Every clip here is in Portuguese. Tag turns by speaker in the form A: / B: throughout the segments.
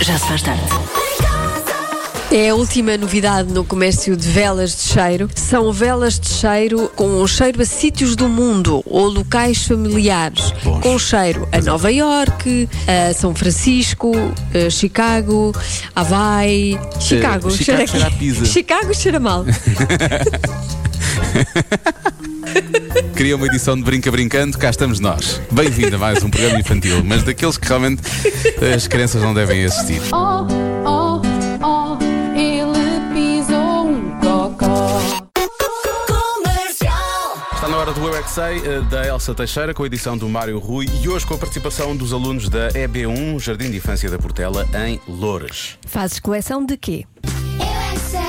A: Já se faz tarde.
B: É a última novidade no comércio de velas de cheiro. São velas de cheiro com um cheiro a sítios do mundo ou locais familiares.
C: Bons.
B: Com cheiro a Nova York, a São Francisco, a Chicago, Hawaii. Chicago,
C: Eh, Chicago
B: a
C: cheira a
B: quê?
C: pizza.
B: Chicago cheira mal.
C: Cria uma edição de Brinca Brincando, cá estamos nós. Bem-vindo a mais um programa infantil, mas daqueles que realmente eh, as crianças não devem assistir.
D: Oh, oh, oh, ele pisou um cocó.
C: Está na hora do Eu é Que Sei, eh, da Elsa Teixeira, com a edição do Mário Rui e hoje com a participação dos alunos da EB1, Jardim de Infância da Portela, em Loures.
B: Fazes coleção de quê?
E: Eu é que sei,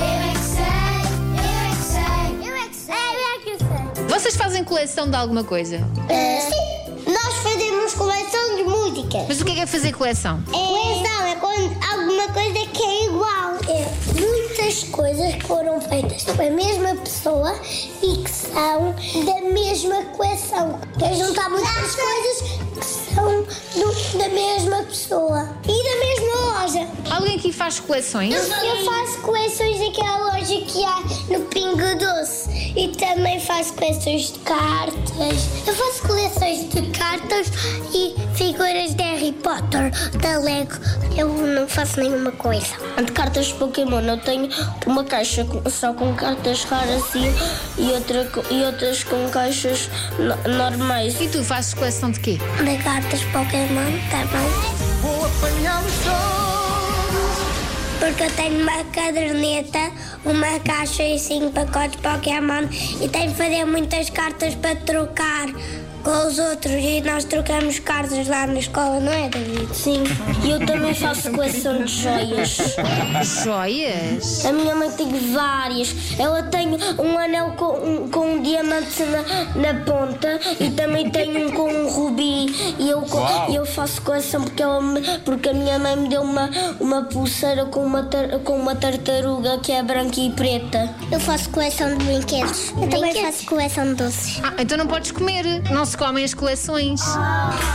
E: eu é que sei, eu é que sei, eu é que sei, eu é que sei.
F: Vocês fazem coleção de alguma coisa?
E: É. sim, nós fazemos coleção de músicas.
F: Mas o que é, que é fazer coleção?
E: Coleção é quando alguma coisa que é igual. É muitas coisas que foram feitas pela mesma pessoa e que são da mesma coleção. Quer juntar muitas coisas que são do- da mesma pessoa e da mesma loja.
F: Alguém aqui faz coleções?
E: Eu faço coleções daquela loja que há no Pingo Doce e também faço coleções de cartas. Eu faço coleções de cartas e figuras de Harry Potter, da Lego. Eu não faço nenhuma coisa.
G: De cartas de Pokémon, eu tenho uma caixa com- só com cartas raras e, e, outra, co- e outras com caixas no- normais.
F: E tu fazes coleção de quê?
E: De cartas Pokémon tá também. Vou apanhá-los todos. Porque eu tenho uma caderneta, uma caixa e cinco pacotes Pokémon e tenho de fazer muitas cartas para trocar com os outros e nós trocamos cartas lá na escola, não é, David?
G: Sim, e eu também faço coleção de joias.
F: Joias?
G: A minha mãe tem várias. Ela tem um anel com um, com um diamante na, na ponta e também tem um com um rubi. E eu, co-
C: Uau!
G: e eu faço coleção porque, ela me- porque a minha mãe me deu uma, uma pulseira com uma, tar- com uma tartaruga que é branca e preta.
E: Eu faço coleção de brinquedos. Eu também faço coleção de doces.
F: Ah, então não podes comer. Não se comem as coleções.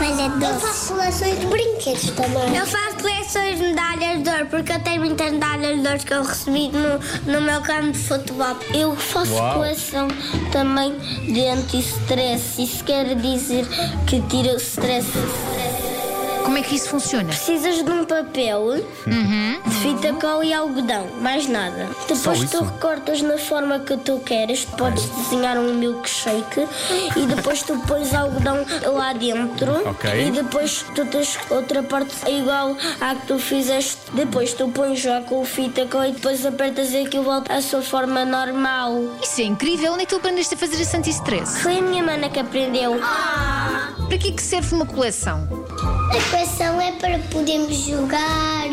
E: Mas é doce. Eu faço coleções de brinquedos também. Eu faço coleções de medalhas de ouro, porque eu tenho muitas medalhas de ouro que eu recebi no, no meu campo de futebol.
G: Eu faço
C: Uau.
G: coleção também de anti-stress. Isso quer dizer que tira o stress.
F: Como é que isso funciona?
G: Precisas de um papel, de fita cola e algodão, mais nada. Depois tu recortas na forma que tu queres, podes desenhar um milkshake e depois tu pões algodão lá dentro.
C: Ok.
G: E depois tu tens outra parte igual à que tu fizeste. Depois tu pões lá com fita cola e depois apertas e aquilo volta à sua forma normal.
F: Isso é incrível. Onde é que tu aprendeste a fazer esse anti-stress?
G: Foi a minha mana que aprendeu.
F: Para que é que serve uma coleção?
E: A coleção é para podermos jogar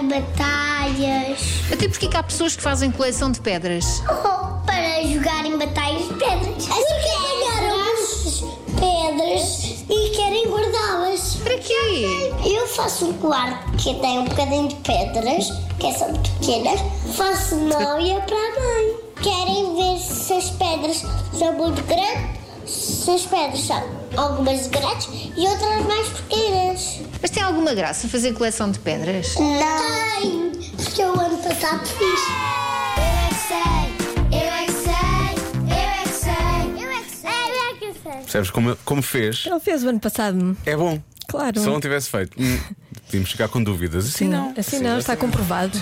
E: batalhas.
F: Até porque é que há pessoas que fazem coleção de pedras?
E: Ou para jogar em batalhas de pedras. Assim que apanharam as pedras e querem guardá-las.
F: Para quê?
E: Eu faço um quarto que tem um bocadinho de pedras, que são muito pequenas. Faço noia para a mãe. Querem ver se as pedras são muito grandes, se as pedras são algumas grandes e outras mais pequenas.
F: Mas tem alguma graça fazer coleção de pedras?
E: Não. Tem, porque eu ano passado fiz. Eu é que sei, eu é que sei, eu é que sei, eu é que sei, eu é que sei.
C: Percebes como, como fez?
B: Ele fez o ano passado.
C: É bom.
B: Claro.
C: Se não tivesse feito, hum, podíamos ficar com dúvidas. Assim não.
B: Assim não, está comprovado.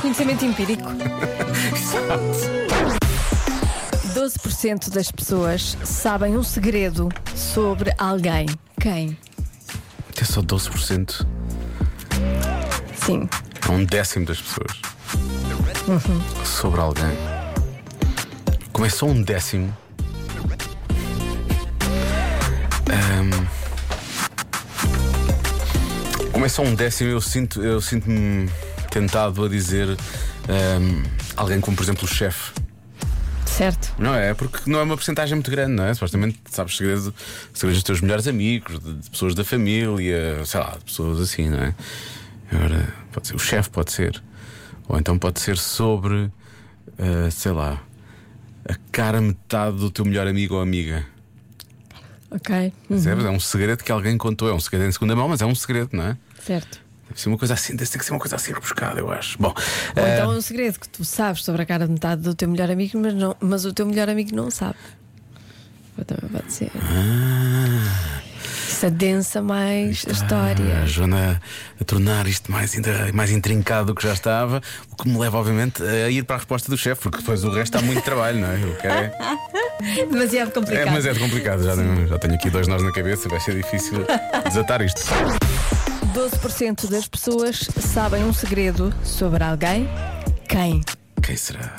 B: Conhecimento empírico. 12% das pessoas sabem um segredo sobre alguém. Quem?
C: Até só 12%.
B: Sim.
C: É um décimo das pessoas. Sobre alguém. Como é só um décimo. Ahm. como é só um décimo, eu sinto, eu sinto-me tentado a dizer ahm, alguém como, por exemplo, o chefe.
B: Certo.
C: Não é? Porque não é uma porcentagem muito grande, não é? Supostamente sabes segredos, segredos dos teus melhores amigos, de, de pessoas da família, sei lá, de pessoas assim, não é? Agora, pode ser o chefe, pode ser. Ou então pode ser sobre, ah, sei lá, a cara metade do teu melhor amigo ou amiga.
B: Ok. Uhum.
C: Percebes? É um segredo que alguém contou, é um segredo em segunda mão, mas é um segredo, não é?
B: Certo.
C: Deve ser uma coisa assim, deve ter que ser uma coisa assim rebuscada, eu acho. Bom,
B: Ou
C: eh,
B: então é um segredo que tu sabes sobre a cara de metade do teu melhor amigo, mas, não, mas o teu melhor amigo não sabe. Eu também pode ser. Isso adensa mais a história.
C: Ah, a Joana a tornar isto mais, ainda, mais intrincado do que já estava, o que me leva, obviamente, a ir para a resposta do chefe, porque depois o resto há muito trabalho, não é? Eu quero é-
B: Demasiado
C: É,
B: complicado.
C: mas é complicado, já, tenho- já tenho aqui dois nós na cabeça, vai ser difícil desatar isto.
B: 12% das pessoas sabem um segredo sobre alguém. Quem?
C: Quem será?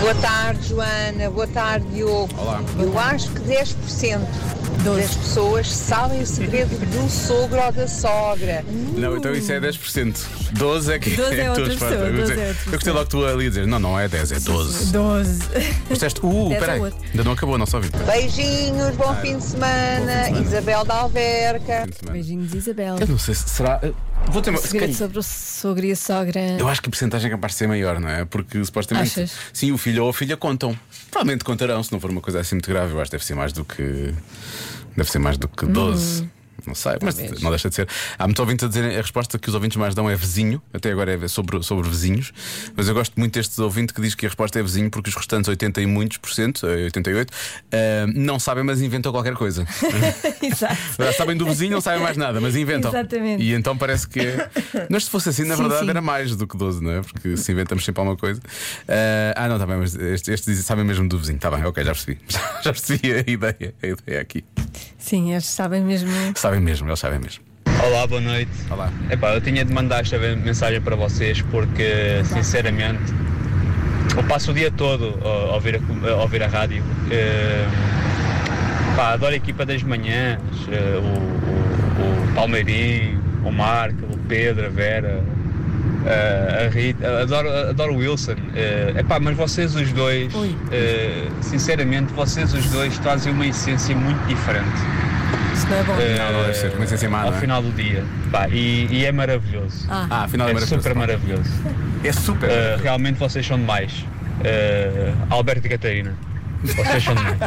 A: Boa tarde, Joana. Boa tarde, Diogo.
C: Olá.
A: Eu acho que 10% das
B: Doze.
A: pessoas sabem o segredo do sogro ou da sogra.
C: Não, então isso é 10%. 12 é que
B: 12 é
C: que tu
B: outra
C: respondes.
B: pessoa,
C: Eu
B: 12 é
C: gostei-
B: outra
C: Eu gostei logo tu ali a dizer, não, não é 10, é 12.
B: 12.
C: Disseste, uh,
B: 10 é
C: peraí,
B: outro.
C: ainda não acabou, não só vi. Bom
A: Beijinhos, É, bom fim de semana. Isabel da Alverca.
C: fim de semana.
B: Beijinhos, Isabel. Um
C: Eu não sei se será. eh, Vou ter uma. se
B: Segredo
C: calhar-
B: sobre o sogro e a sogra.
C: Eu acho que a porcentagem é capaz de ser maior, não é? Porque supostamente.
B: Achas?
C: Sim, o filho ou a filha contam. Provavelmente contarão, se não for uma coisa assim muito grave. Eu acho que deve ser mais do que. Deve ser mais do que 12. Não sei, mas não deixa de ser. Há muitos ouvintes a dizerem a resposta que os ouvintes mais dão é vizinho, até agora é sobre, sobre vizinhos, mas eu gosto muito deste ouvinte que diz que a resposta é vizinho porque os restantes 80 e muitos por cento, eh, 88, eh, não sabem, mas inventam qualquer coisa.
B: Exato.
C: Já sabem do vizinho, não sabem mais nada, mas inventam.
B: Exatamente.
C: E então parece que é. Mas se fosse assim, na
B: Sim,
C: verdade
B: sim.
C: era mais do que 12, não é? Porque se inventamos sempre alguma coisa. Ah, ah, não, está bem, mas estes, estes dizem- sabem mesmo do vizinho. Está bem, ok, já percebi. Já, percebi a ideia, a ideia aqui.
B: Sim, eles sabem mesmo.
C: Sabem mesmo, eles sabem mesmo.
H: Olá, boa noite.
C: Olá.
H: Epá, eu tinha de mandar esta mensagem para vocês porque, sinceramente, eu passo o dia todo a ouvir a, co- a ouvir a rádio. Eh, pá, adoro a equipa das manhãs, eh, o, o, o Palmeirinho, o Marco, o Pedro, a Vera, eh, a Rita, adoro, adoro o Wilson. Eh, epá, mas vocês os dois, eh, sinceramente, vocês os dois trazem uma essência muito diferente.
B: Isto não é bom.
H: Eh,
C: Não, não deve ser, mas é má,
H: ao
C: não é?
H: final do dia. Pá, e, e é maravilhoso.
C: Ah, afinal
H: é
C: era
H: super maravilhoso.
C: É super.
H: Eh, realmente vocês são demais. Eh, Alberto e Catarina. Vocês são demais.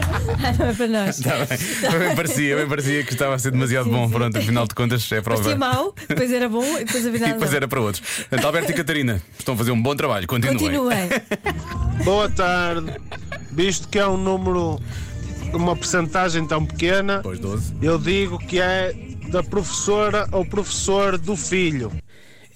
B: Não é para nós.
C: Está Tá bem. Bem parecia, bem parecia que estava a ser demasiado bom. Pronto, afinal de contas é para o
B: Parecia
C: ver.
B: mau, depois era bom e depois a
C: E
B: vida
C: depois era para outros. Portanto, Alberto e Catarina estão a fazer um bom trabalho. Continuem.
B: Continuem.
I: Boa tarde. Visto que é um número, uma percentagem tão pequena,
C: Depois 12.
I: eu digo que é da professora ou professor do filho.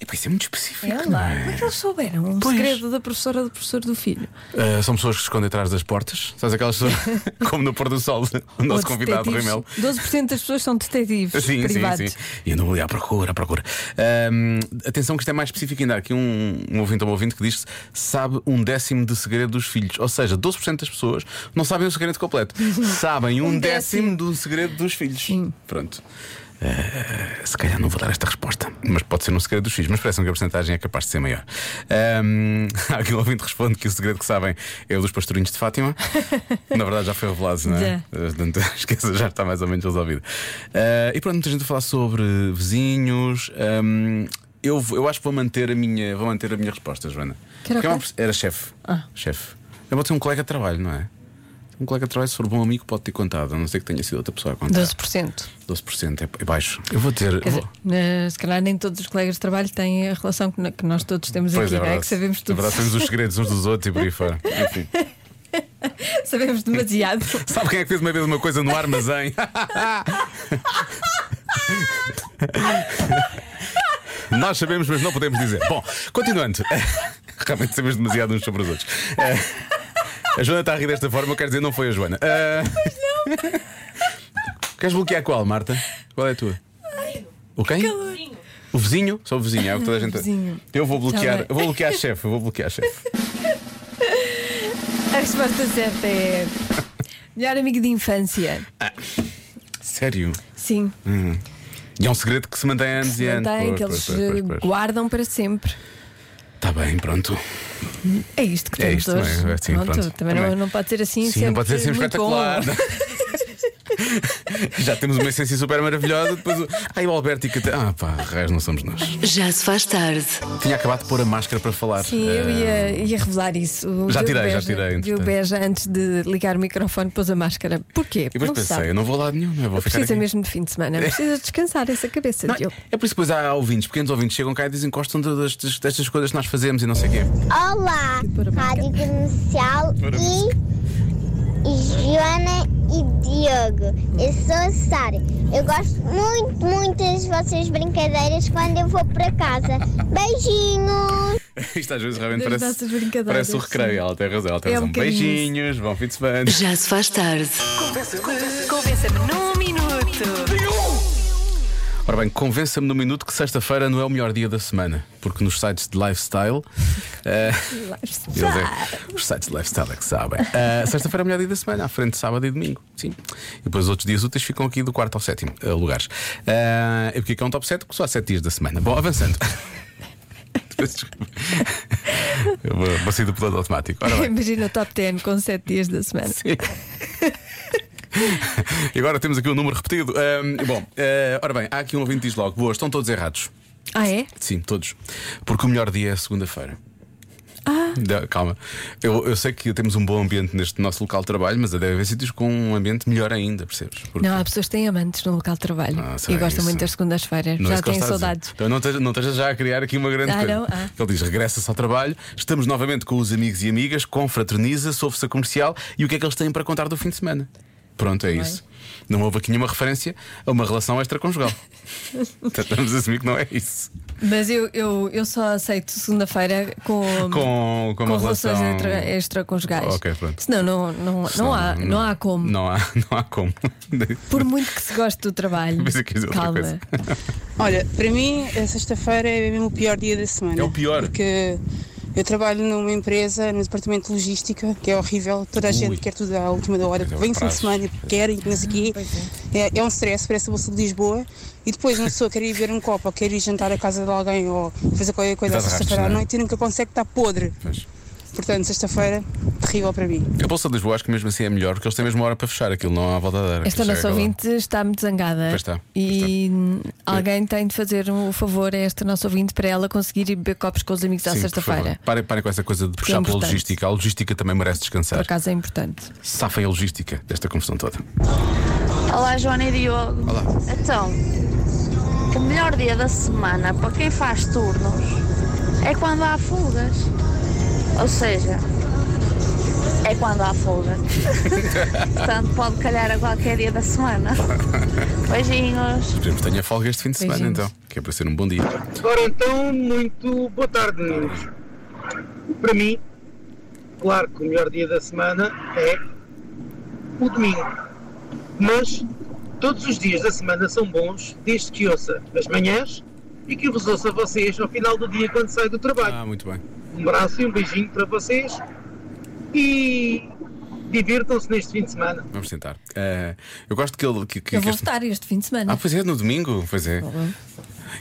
C: Epá, isso é muito específico.
B: É
C: não
B: lá.
C: é?
B: Como é que eles souberam? Um
C: Pois.
B: segredo da professora do professor do filho.
C: Uh, são pessoas que se escondem atrás das portas. Sabes aquelas pessoas, como no pôr do sol, o nosso
B: Ou
C: convidado Rui
B: detetives.
C: Melo.
B: 12% das pessoas são detetives
C: Sim,
B: privados.
C: sim, sim. E andam ali à procura, à procura. Ahm, atenção, que isto é mais específico ainda. Há aqui um, um ouvinte ou uma ouvinte que diz que sabe um décimo de segredo dos filhos. Ou seja, 12% das pessoas não sabem o segredo completo. Sabem um, décimo.
B: décimo.
C: do segredo dos filhos. Pronto. Ah, se calhar não vou dar esta resposta, mas pode ser um segredo dos filhos. Mas parece-me que a porcentagem é capaz de ser maior. Ahm, Há aqui um ouvinte que responde que o segredo que sabem é o dos pastorinhos de Fátima. Na verdade, já foi revelado, não é?
B: Já.
C: Portanto, Esqueça, já está mais ou menos resolvido. Ah, e pronto, muita gente a falar sobre vizinhos. Ahm, eu, vou- eu acho que vou manter a minha, vou manter a minha resposta, Joana.
B: Que era
C: Porque é
B: o
C: uma
B: quê? Ah.
C: pers- era chefe. Chefe. Eu vou ter um colega de trabalho, não é? Um colega de trabalho, se for bom amigo, pode ter contado, a não ser que tenha sido outra pessoa a contar.
B: 12%.
C: 12% é, é baixo. Eu vou ter.
B: Quer dizer,
C: vou-
B: na- se calhar nem todos os colegas de trabalho têm a relação que, no- que nós todos temos
C: Pois
B: aqui,
C: é,
B: não é?
C: verdade.
B: Que sabemos
C: Na
B: tudo.
C: verdade, temos os segredos uns dos outros e por aí fora. Enfim.
B: sabemos demasiado.
C: Sabe quem é que fez uma vez uma coisa no armazém? Nós sabemos, mas não podemos dizer. Bom, continuando. Realmente sabemos demasiado uns sobre os outros. Eh, A Joana está a rir desta forma, eu quero dizer, não foi a Joana. Eh, Queres bloquear qual, Marta? Qual é a tua? O quem? O vizinho? Só o vizinho, é o que toda a gente.
B: vizinho.
C: Eu vou
B: Já
C: bloquear,
B: vai.
C: eu vou bloquear chefe, eu vou bloquear chefe.
B: A resposta certa é. Melhor amigo de infância.
C: Sério?
B: Sim,
C: E é um segredo que se mantém anos e anos.
B: mantém,
C: Pois,
B: que eles
C: pois, pois, pois,
B: eh,
C: pois.
B: guardam para sempre.
C: Está bem, pronto.
B: É isto que
C: É
B: temos
C: isto,
B: hoje.
C: não é? É assim, pronto.
B: Também,
C: Também.
B: Não, não pode ser assim
C: Sim, não pode ser sempre
B: muito
C: espetacular.
B: bom.
C: Já temos uma essência super maravilhosa. Depois, o- ai, o Alberto e Catarina. Ah, pá, raios, não somos nós.
J: Já se faz tarde.
C: Tinha acabado de pôr a máscara para falar. Eh,
B: Sim, eu ia, ia revelar isso. O
C: É. Já
B: Diogo
C: tirei, já
B: Beja-
C: tirei,
B: o Diogo
C: entretanto.
B: Beja, antes de ligar o microfone, pôs a máscara. Porquê?
C: E depois
B: não se
C: pensei,
B: sabe.
C: eu não vou lá nenhum, eu vou ficar.
B: Precisa
C: aqui.
B: mesmo de fim de semana. Precisa descansar essa cabeça,
C: Não,
B: Diogo.
C: é por isso que depois há ouvintes, pequenos ouvintes, chegam cá e dizem que gostam de- destas, destas coisas que nós fazemos e não sei o quê.
E: Olá, Rádio Comercial e, e Joana e Diogo. Eu sou a Sara. Eu gosto muito, muito das vossas brincadeiras quando eu vou para casa. Beijinhos!
C: Isto às vezes realmente
B: Das
C: parece,
B: nossas brincadeiras,
C: parece o recreio.
B: sim.
C: Ela tem razão, ela tem
B: É um
C: razão.
B: bocadinho isso.
C: Beijinhos, bom fim de semana.
J: Já se faz tarde. Convença-me num minuto.
C: Ora bem, convença-me no minuto que sexta-feira não é o melhor dia da semana, porque nos sites de lifestyle. eh, eles é- os sites de lifestyle é que sabem. Eh, sexta-feira é o melhor dia da semana, à frente de sábado e domingo. Sim. E depois outros dias úteis ficam aqui do quarto ao sétimo eh, lugares. Eh, e porque é que é um top 7? Porque só há 7 dias da semana. Bom, avançando. Peço desculpa. Eu vou, vou sair do piloto automático. Ora bem.
B: Ah, Imagina o top 10 com 7 dias da semana.
C: Sim. e agora temos aqui o número repetido. Ahm, bom, eh, ora bem, há aqui um ouvinte que diz logo: boas, estão todos errados.
B: Ah, é?
C: Sim, todos. Porque o melhor dia é a segunda-feira.
B: Ah.
C: Da- calma, eu, eu sei que temos um bom ambiente neste nosso local de trabalho, mas deve haver sítios com um ambiente melhor ainda, percebes? Porque-
B: Não, há pessoas que têm amantes no local de trabalho
C: Ah,
B: e
C: será
B: gostam
C: isso?
B: muito das segundas-feiras.
C: Não é
B: Já
C: isso que eu
B: têm
C: estou a dizer.
B: saudades.
C: Então não esteja, não esteja já a criar aqui uma grande
B: Ah,
C: coisa.
B: não? Ah.
C: Ele diz: regressa-se ao trabalho, estamos novamente com os amigos e amigas, confraterniza-se, ouve-se a comercial e o que é que eles têm para contar do fim de semana? Pronto, é isso. Não houve aqui nenhuma referência a uma relação extraconjugal. Portanto, Vamos assumir que não é isso.
B: Mas eu, eu, eu só aceito segunda-feira com,
C: Com, com
B: com
C: uma relação.
B: relações extra- extraconjugais.
C: Ok, pronto.
B: Senão não, não, não,
C: Senão-
B: há, não, há como.
C: Não há, não há como.
B: Por muito que se goste do trabalho.
C: Mas eu quis dizer outra
B: Calma.
C: coisa.
K: Olha, para mim, a sexta-feira é mesmo o pior dia da semana.
C: É o pior.
K: Porque eu trabalho numa empresa, no departamento de logística, que é horrível. Toda a
C: Ui.
K: gente quer tudo à última da hora.
C: Pois é, os
K: Vem o fim de
C: prazos.
K: semana, e querem, não sei o quê. É, é um stress, parece a Bolsa de Lisboa. E depois uma pessoa quer ir ver um copo, ou quer ir jantar à casa de alguém, ou fazer qualquer coisa à
C: Estás a
K: sexta-feira à
C: arrastar, não é?
K: noite e nunca consegue estar podre.
C: Pois.
K: Portanto, sexta-feira, terrível para mim.
C: A Bolsa de Lisboa acho que mesmo assim é melhor, porque eles têm mesmo uma hora para fechar aquilo, não há volta a dar. é
B: Esta
C: Aquilo
B: nossa
C: chega lá.
B: ouvinte está muito zangada.
C: Pois está, pois
B: E alguém tem de fazer um favor a esta nossa ouvinte para ela conseguir ir beber copos com os amigos à
C: Sim, por
B: sexta-feira.
C: favor. Parem, parem com essa coisa de
B: é
C: puxar pela
B: importante.
C: logística. A logística também merece
B: Por
C: descansar.
B: acaso é importante.
C: Safem a logística desta confusão toda.
L: Olá, Joana e Diogo.
C: Olá.
L: Então, o melhor dia da semana para quem faz turnos é quando há folgas. Ou seja, é quando há folga. Portanto, pode calhar a qualquer dia da semana. Beijinhos.
C: Esperemos que tenha folga este fim de semana,
B: Beijinhos.
C: então. Que é para ser um bom dia.
I: Ora então, muito boa tarde, meninos. Para mim, claro que o melhor dia da semana é o domingo. Mas todos os dias da semana são bons, desde que ouça as manhãs e que vos ouça vocês ao final do dia quando sai do trabalho.
C: Ah, muito bem.
I: Um abraço e um beijinho para vocês e divirtam-se neste fim de semana.
C: Vamos tentar. Eh, eu gosto que ele. Que, que-
B: Eu vou
C: que este-
B: votar este fim de semana.
C: Ah, pois é, no domingo. Pois é.
B: Uhum.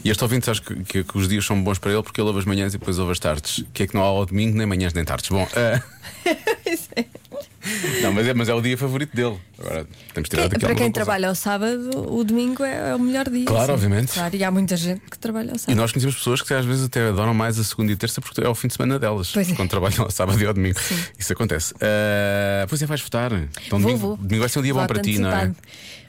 C: E este ouvinte, acho que, que- que os dias são bons para ele porque ele ouve as manhãs e depois ouve as tardes. Que é que não há ao domingo, nem manhãs, nem tardes. Bom. eh, não, mas é, mas é o dia favorito dele. Agora temos de tirar
B: Quem-
C: daqui
B: é para
C: alguma
B: quem
C: coisa.
B: trabalha ao sábado, o domingo é, é o melhor dia.
C: Claro, obviamente.
B: Claro, e há muita gente que trabalha ao
C: E
B: sábado.
C: nós conhecemos pessoas que às vezes até adoram mais a segunda e terça porque é o fim de semana delas.
B: Pois é.
C: Quando trabalham ao sábado e ao domingo. Isso acontece. Ah, pois é, vais votar. Então,
B: vou,
C: domingo,
B: vou.
C: domingo vai ser um dia bom
B: Voto
C: para ti, não é?
B: antecipado.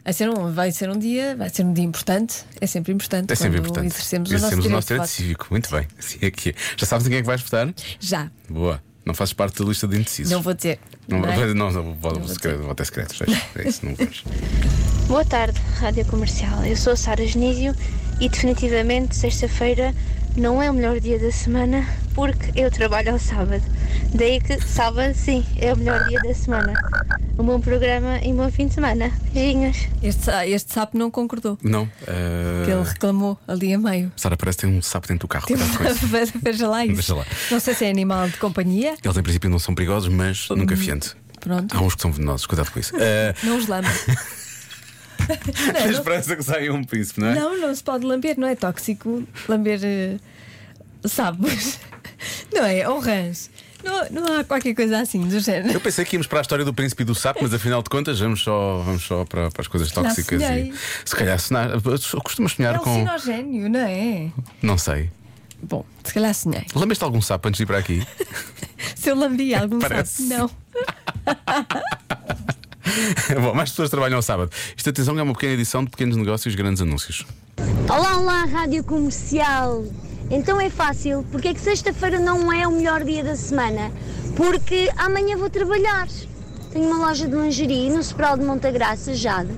B: Vai ser, um, vai ser um dia, vai ser um dia importante. É sempre importante.
C: É sempre
B: quando
C: importante.
B: Exercemos,
C: Exercemos
B: o nosso direito de voto.
C: cívico. Muito bem. Assim é que é. Já sabes em quem é que vais votar?
B: Já,
C: Boa. Não fazes parte da lista de indecisos.
B: não vou dizer.
C: Não,
B: não é?
C: não, não, não, voto secreto, voto é secreto. veja. É isso, não vamos.
L: Boa tarde, Rádio Comercial. Eu sou a Sara Genísio e definitivamente sexta-feira não é o melhor dia da semana porque eu trabalho ao sábado. Daí que sábado sim é o melhor dia da semana. Um bom programa e um bom fim de semana. Beijinhos.
B: Este, sa- este sapo não concordou.
C: Não. ah,
B: Que ele reclamou ali a meio.
C: Sara, parece que tem um sapo dentro do carro.
B: Temos
C: cuidado com isso.
B: veja lá isso.
C: Veja lá.
B: Não sei se é animal de companhia.
C: Eles em princípio não são perigosos, mas nunca fiante.
B: Pronto.
C: Há uns que são venenosos, cuidado com isso. Ah,
B: Não os lama.
C: A esperança que saia um príncipe, não é?
B: Não, não se pode lamber, não é tóxico lamber eh, sabes? Não é? Ou rãs. Não, não há qualquer coisa assim do género.
C: Eu pensei que íamos para a história do príncipe e do sapo, mas afinal de contas vamos só, vamos só para, para as coisas tóxicas.
B: sonhei.
C: E, se calhar sonar, costumas sonhar
B: É um
C: com.
B: sinogénio, não é?
C: Não sei.
B: Bom, se é. calhar sonhei.
C: Lambeste algum sapo antes de ir para aqui?
B: Se eu lambi algum sapo,
C: Parece.
B: não.
C: Bom, mais pessoas trabalham ao sábado. Isto atenção que é uma pequena edição de pequenos negócios, grandes anúncios.
E: Olá, olá, Rádio Comercial. Então é fácil, porque é que sexta-feira não é o melhor dia da semana? Porque amanhã vou trabalhar. Tenho uma loja de lingerie no Sobral de Montagraça, Jade.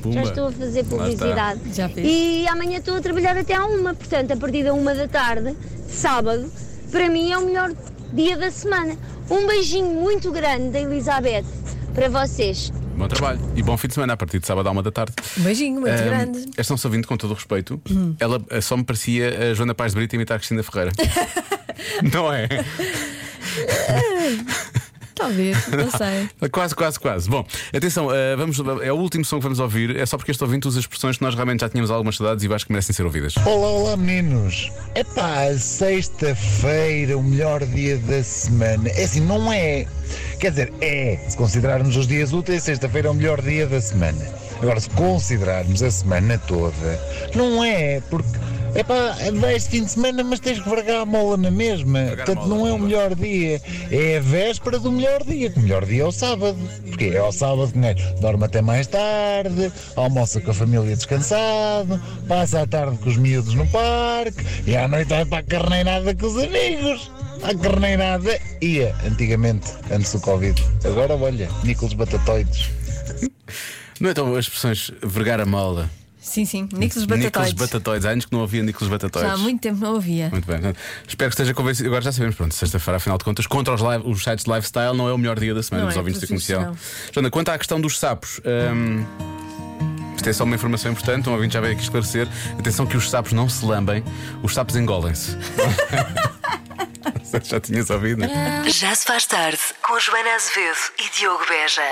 M: Pumba.
E: Já estou a fazer
M: Lá
E: publicidade.
M: está. Já fiz.
E: E amanhã estou a trabalhar até à uma, portanto, a partir da uma da tarde, sábado, para mim é o melhor dia da semana. Um beijinho muito grande da Elizabeth para vocês.
C: Bom trabalho e bom fim de semana a partir de sábado à uma da tarde.
E: Um beijinho
C: Ahm, Esta não só vindo com todo o respeito.
E: Hum.
C: Ela eh, só me parecia a Joana Paz de Brito imitar a Cristina Ferreira. não é?
B: Talvez, não sei.
C: Quase, quase, quase. Bom, atenção, eh, vamos, é o último som que vamos ouvir. É só porque este ouvinte usa expressões que nós realmente já tínhamos algumas saudades e acho que merecem ser ouvidas.
N: Olá, olá meninos. Epá, sexta-feira, o melhor dia da semana. É assim, não é. Quer dizer, é. Se considerarmos os dias úteis, sexta-feira é o melhor dia da semana. Agora, se considerarmos a semana toda, não é. Porque, epá, vais de fim de semana, mas tens que vergar a mola na mesma. Portanto, não é o melhor dia. É a véspera do melhor dia. O melhor dia é o sábado. Porque é ao sábado que né, dorme até mais tarde, almoça com a família descansado, passa a tarde com os miúdos no parque e à noite vai para a carneirada com os amigos. A carneirada ia antigamente, antes do Covid. Agora, olha, Nicolas Batatoides.
C: Não é então as expressões vergar a mola.
B: Sim, sim. Nicolas Batatoides.
C: Nicolas Batatoides. Há anos que não havia Nicolas Batatoides.
B: Já há muito tempo não ouvia.
C: Muito bem. portanto, Espero que esteja convencido. Agora já sabemos, pronto, sexta-feira, afinal de contas, contra os, live- os sites de lifestyle, não é o melhor dia da semana
B: Não
C: dos
B: é,
C: ouvintes da
B: pelos vistos,
C: comercial. Joana, quanto à questão dos sapos. hum, isto é só uma informação importante, um ouvinte já veio aqui esclarecer. Atenção que os sapos não se lambem, os sapos engolem-se. já tinhas ouvido, não é?
L: Já se faz tarde com Joana Azevedo e Diogo Beja.